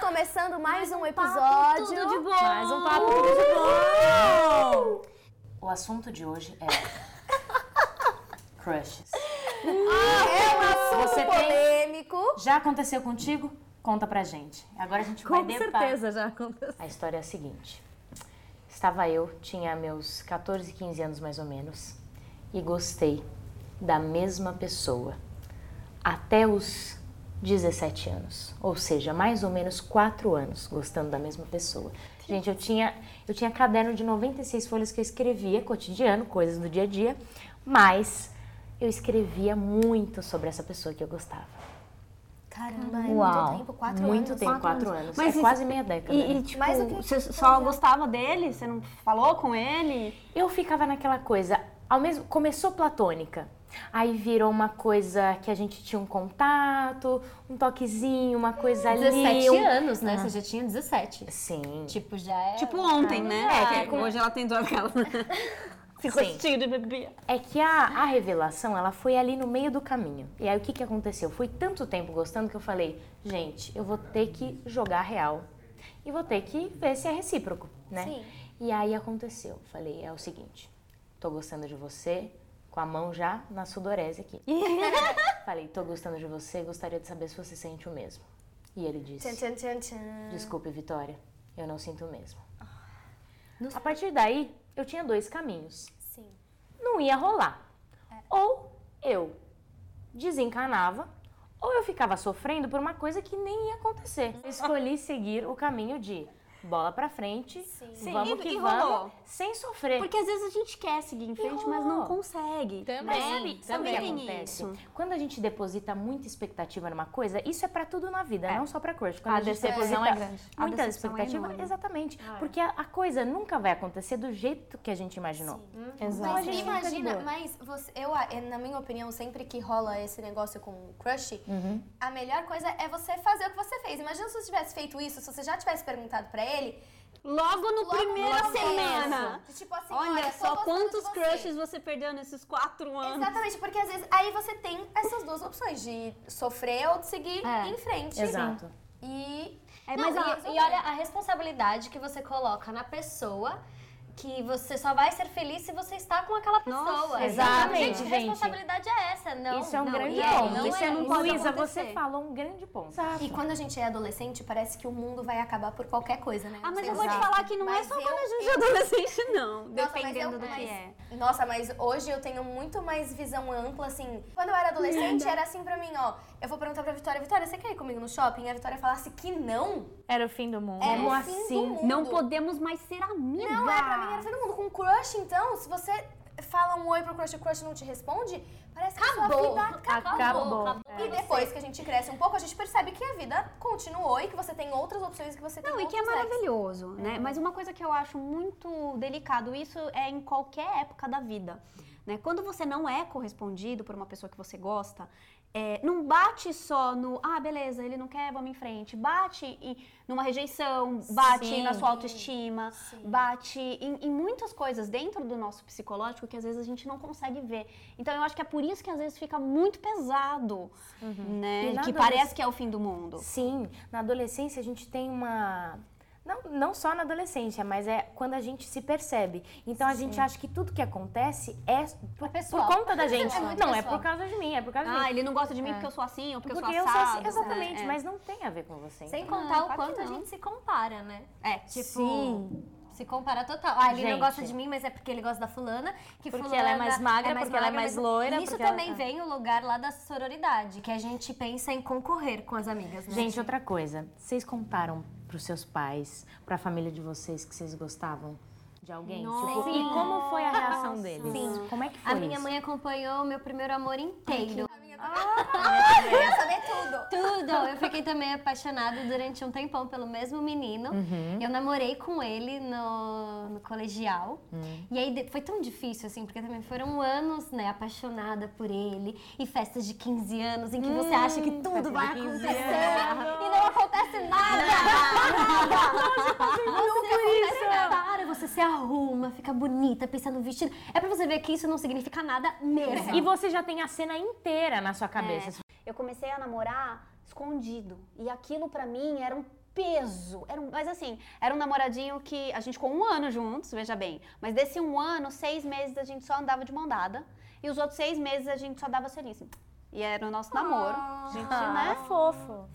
começando mais, um papo episódio. tudo de bom. Mais um papo tudo de bom! O assunto de hoje é crushes. É um assunto Você tem- polêmico. Já aconteceu contigo? Conta pra gente. Agora a gente vai Com deparar. certeza já aconteceu. A história é a seguinte. Estava eu, tinha meus 14, 15 anos mais ou menos, e gostei da mesma pessoa até os 17 anos. Ou seja, mais ou menos 4 anos gostando da mesma pessoa. Gente, eu tinha, eu tinha caderno de 96 folhas que eu escrevia cotidiano, coisas do dia a dia, mas eu escrevia muito sobre essa pessoa que eu gostava. Caramba, é Uau, muito tempo, quatro muito anos. tempo, quatro anos. Mas é isso- quase meia década. né? E, e, tipo, Mais do que- você só gostava dele? Você não falou com ele? Eu ficava naquela coisa, ao mesmo começou platônica. Aí virou uma coisa que a gente tinha um contato, um toquezinho, uma coisa ali. 17 um- anos, né? Você já tinha 17. Sim. Tipo, já é. Tipo ontem, né? É, É, hoje ela tentou aquela. Ficou Sim. assistindo e bebia. É que a, a revelação, ela foi ali no meio do caminho. E aí o que, que aconteceu? Fui tanto tempo gostando que eu falei, gente, eu vou ter que jogar real. E vou ter que ver se é recíproco, né? Sim. E aí aconteceu. Falei, é o seguinte, tô gostando de você, com a mão já na sudorese aqui. falei, tô gostando de você, gostaria de saber se você sente o mesmo. E ele disse, Tchan, tchan, tchan, tchan. Desculpe, Vitória, eu não sinto o mesmo. A partir daí, eu tinha dois caminhos. Sim. Não ia rolar. Ou eu desencanava, ou eu ficava sofrendo por uma coisa que nem ia acontecer. Eu escolhi seguir o caminho de bola pra frente, Sim. vamos E- que e rolou? vamos, sem sofrer. Porque às vezes a gente quer seguir em frente, mas não rolou. consegue. Mas Também. sabe, sabe o que também tem acontece? isso. Quando a gente deposita muita expectativa numa coisa, isso é pra tudo na vida, não só pra crush. Quando A a, gente decepção deposita é grande. A muita decepção é expectativa, enorme. exatamente. Porque a, a coisa nunca vai acontecer do jeito que a gente imaginou. Uhum. Então, Exato. Mas gente fica de imagina, boa. mas você, eu, a- é, na minha opinião, sempre que rola esse negócio com o crush, a melhor coisa é você fazer o que você fez. Imagina se você tivesse feito isso, se você já tivesse perguntado pra ele. Logo no logo primeira no começo. semana. Tipo assim, Olha, olha, tô só gostando quantos de você. crushes você perdeu nesses quatro anos. Exatamente, porque às vezes aí você tem essas duas opções, de sofrer ou de seguir É, em frente. Exato. E. É, Não, mas e- ó, e, olha a responsabilidade que você coloca na pessoa. Que você só vai ser feliz se você está com aquela pessoa. Nossa, Então, exatamente, Gente, gente. responsabilidade é essa, não. isso é um não, grande e aí, ponto. Não Isso é, é- não pode Luísa, acontecer. você falou um grande ponto. E quando a gente é adolescente, parece que o mundo vai acabar por qualquer coisa, né? Ah, mas Sei eu vou te lá. falar que não é Mas só eu- quando a gente é eu- adolescente, não. Nossa, mas dependendo eu- do que mas- é. Nossa, mas hoje eu tenho muito mais visão ampla, assim. Quando eu era adolescente, era assim pra mim, ó. Eu vou perguntar pra Vitória, Vitória, você quer ir comigo no shopping? A Vitória falasse que não. Era o fim do mundo. É Como o fim do assim? mundo. Não podemos mais ser amigas. Não, é pra mim, era fim do mundo. Com crush, então, se você fala um oi pro crush e o crush não te responde, parece que Acabou. a sua vida acabou. É. Acabou. E depois que a gente cresce um pouco, a gente percebe que a vida continuou e que você tem outras opções que você tem Não, e que é outros likes. maravilhoso, É. né? Mas uma coisa que eu acho muito delicado, isso é em qualquer época da vida, né? Quando você não é correspondido por uma pessoa que você gosta, é, não bate só no, ah, beleza, ele não quer, vamos em frente. Bate em, numa rejeição, bate Sim. na sua autoestima, Sim. bate em, em muitas coisas dentro do nosso psicológico que às vezes a gente não consegue ver. Então eu acho que é por isso que às vezes fica muito pesado, Uhum. E né? na Que adolesc- parece que é o fim do mundo. Sim, na adolescência a gente tem uma. Não, não só na adolescência, mas é quando a gente se percebe. Então a gente acha que tudo que acontece é por, pessoal. por conta da gente. É não, muito é pessoal. por causa de mim, é por causa de mim. Ah, ele não gosta de mim porque eu sou assim ou porque, É. Porque eu eu sou sou assado. assim, exatamente, né? É. mas não tem a ver com você. Sem então. contar o claro quanto que a não. gente se compara, né? É, Tipo, Sim. se compara total. Ah, ele não Gente. gosta de mim, mas é porque ele gosta da fulana. Que Porque fulana ela é mais magra, porque ela é mais mas- loira, Isso porque ela- também é. vem o lugar lá da sororidade, que a gente pensa em concorrer com as amigas, né? Gente, outra coisa. Vocês contaram pros seus pais, pra família de vocês, que vocês gostavam de alguém? Tipo, Sim. e como foi a reação deles? Sim. Como é que foi a minha isso? mãe acompanhou o meu primeiro amor inteiro. Eu queria saber tudo. Tudo! Eu fiquei também apaixonada durante um tempão pelo mesmo menino. Eu namorei com ele no, no colegial. E aí de- foi tão difícil, assim, porque também foram anos, né, apaixonada por ele. E festas de 15 anos em que você Hum, acha que tudo vai acontecer. E não acontece É. nada! Nunca acontece nada. Para, você se arruma, fica bonita, pensa no vestido. É pra você ver que isso não significa nada mesmo. E você já tem a cena inteira na sua cabeça. Eu comecei a namorar escondido. E aquilo pra mim era um peso. Era um- mas assim, era um namoradinho que a gente ficou um ano juntos, veja bem. Mas desse um ano, seis meses a gente só andava de mão dada. E os outros seis meses a gente só dava selinho. assim. E era o nosso namoro. Gente, né? fofo.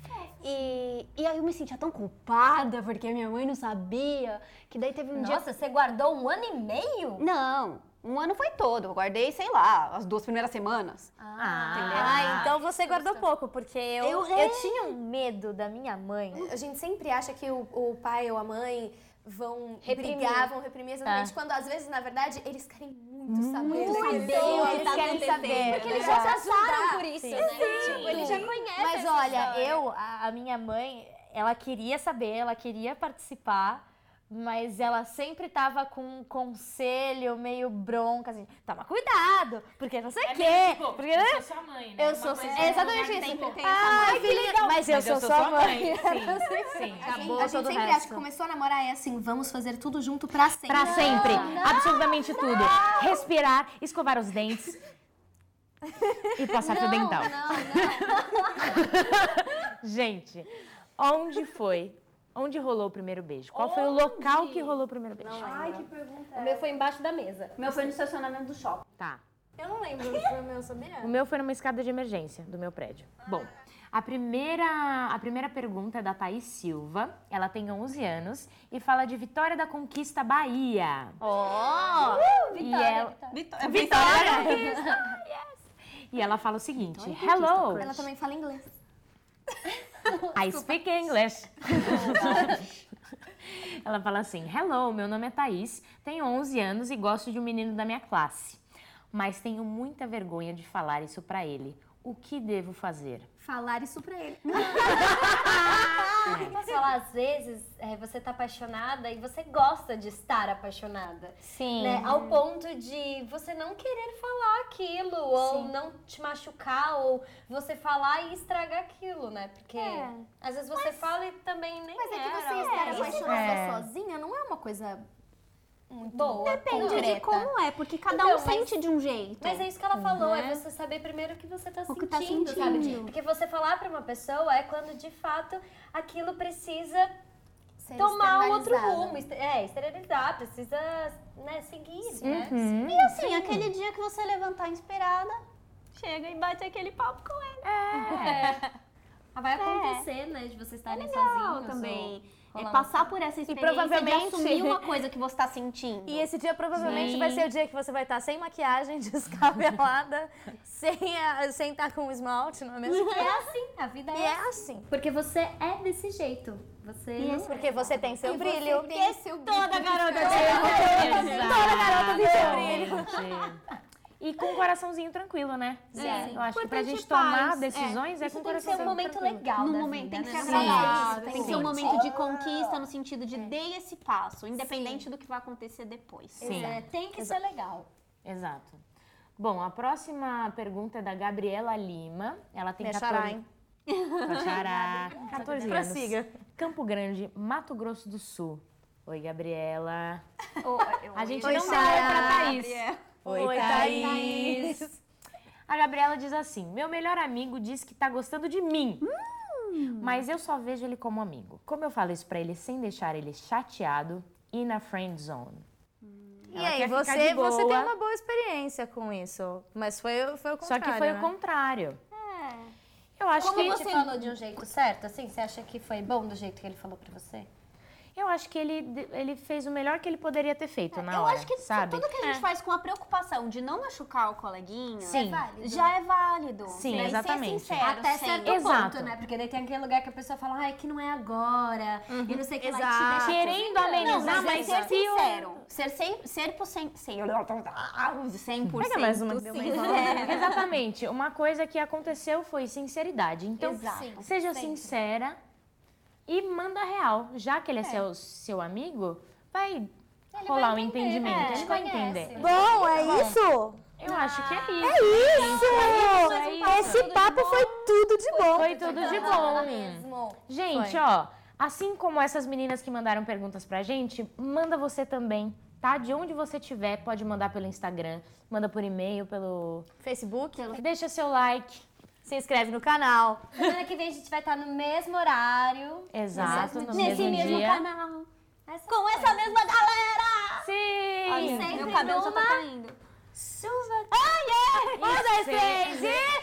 E, e aí eu me sentia tão culpada, porque minha mãe não sabia. Que daí teve um dia. Nossa, você guardou um ano e meio? Não, um ano foi todo. Eu guardei, sei lá, as duas primeiras semanas. Ah, então você guardou pouco, porque eu, Eu- eu, tinha um medo da minha mãe. é A gente sempre acha que o, o pai ou a mãe vão Reprimir. brigar, vão reprimir exatamente, É. quando às vezes, na verdade, eles querem muito saber. Muito da saber pessoa, o que tá acontecendo. Porque Eles eles já já passaram passaram por isso, né? Tipo, eles já conhecem. Mas essa olha, história. eu, a, a minha mãe, ela queria saber, ela queria participar, mas ela sempre tava com um conselho meio bronca, assim, toma cuidado, porque não sei é É o quê. tipo, porque, né? Eu sou sua mãe, né? Eu Uma sou coisa é que exatamente mulher assim, sempre isso. né? tem essa Ah, filha, mas eu sou sua mãe. Sim, sim. Tá A gente, Acabou a gente todo o sempre resto. acha que começou a namorar é assim, vamos fazer tudo junto pra sempre. Pra sempre, absolutamente tudo. Respirar, escovar os dentes e passar fio dental. Gente, onde foi? Onde rolou o primeiro beijo? Qual foi o local que rolou o primeiro beijo? Ai, que pergunta. O meu foi embaixo da mesa. Meu foi no estacionamento do shopping. Tá. Eu não lembro do meu, sabia? O meu foi numa escada de emergência do meu prédio. Bom, a primeira, a primeira pergunta é da Thaís Silva. Ela tem 11 anos e fala de Vitória da Conquista Bahia. Ó, e ela, então, Vitória. Vitória da Conquista! yes. E ela fala o seguinte: Hello, Ela também fala inglês. I speak English. Ela fala assim: Hello, meu nome é Thaís, tenho 11 anos e gosto de um menino da minha classe. Mas tenho muita vergonha de falar isso pra ele. O que devo fazer? Falar isso pra ele. Posso falar, às vezes, é, você tá apaixonada e você gosta de estar apaixonada. sim. né? Ao ponto de você não querer falar aquilo, ou não te machucar, ou você falar e estragar aquilo, né? Porque às vezes você fala e também nem É. Mas é que era, você ou- estar É, isso apaixonada É. sozinha não é uma coisa muito Boa. Depende Depende de como é, porque cada Então, um mas- sente de um jeito. Mas é isso que ela falou, é você saber primeiro o que você tá, O sentindo, que tá sabe? sentindo. Porque você falar pra uma pessoa é quando de fato aquilo precisa ser tomar um outro externalizada. rumo, est- é, esterilizar, precisa, né, seguir, né? E assim, aquele dia que você levantar inspirada, chega e bate aquele papo com ele. Ah, Vai É. acontecer, né, de vocês estarem Legal sozinhos. também. ou É rolar passar por essa experiência provavelmente- de assumir uma coisa que você tá sentindo. E esse dia provavelmente vai ser o dia que você vai estar sem maquiagem, descabelada, sem, a- sem estar com esmalte, não é mesmo? É assim, a vida E é é assim. Porque você é desse jeito. Você não é. Uhum. Porque você tem seu E brilho. Você tem seu Toda garota Toda garota E com o coraçãozinho tranquilo, né? Sim. Eu acho que pra Importante gente paz. tomar É. decisões é, com o Tem que ser coraçãozinho um momento tranquilo. legal. No da momento vida, tem que ser né? agradável. Sim, Tem que ser um momento tipo, de conquista no sentido de dei esse passo, independente do que vai acontecer depois. Sim. É, tem que ser legal. Exato. Bom, a próxima pergunta é da Gabriela Lima. Ela tem Minha 14... xará, hein? Tua xará. 14 anos. Prossiga. Campo Grande, Mato Grosso do Sul. Oi, Gabriela. A gente não deu xará, pra Thaís. Oi, Thaís. A Gabriela diz assim: Meu melhor amigo diz que tá gostando de mim. Hum. Mas eu só vejo ele como amigo. Como eu falo isso pra ele sem deixar ele chateado e na friend zone? Hum. E Ela aí, quer ficar você, de boa. você tem uma boa experiência com isso. Mas foi, o- foi o Só contrário. que foi o né? contrário. Eu acho Como que tipo, você falou de um jeito certo, assim, você acha que foi bom do jeito que ele falou pra você? eu acho que ele, ele fez o melhor que ele poderia ter feito na Eu hora, acho que sabe? tudo que a gente faz com a preocupação de não machucar o coleguinha Sim. já é válido. Sim, né? E exatamente. Ser sincero, Até sim. certo Exato. ponto, né? Porque daí tem aquele lugar que a pessoa fala, ai, que não é agora, e não sei o que lá, Exato. e te Ah, deixa Querendo cozinhando. amenizar, Não, mas, né? mas é ser se o- sincero. Ser, sem, ser por cem, cem, 100%. Pega mais uma, deu mais uma. É. Exatamente. Uma coisa que aconteceu foi sinceridade. Então, Exato. seja sincera e manda real. Já que ele é, seu, seu amigo, vai rolar um entendimento. É, Ele vai conhece. entender. Bom, Tá é isso? Eu acho que é isso. Isso! É Esse papo foi tudo de bom. Foi tudo Então, de bom. Mesmo. Gente, ó, assim como essas meninas que mandaram perguntas pra gente, manda você também, tá? De onde você tiver, pode mandar pelo Instagram, manda por e-mail, pelo Facebook? Deixa seu like, se inscreve no canal. Semana que vem a gente vai estar no mesmo horário. Exato, no nesse mesmo mesmo dia. canal. com essa mesma galera! Sim! E sempre Meu cabelo já numa tá caindo. chuva Um, dois, três e...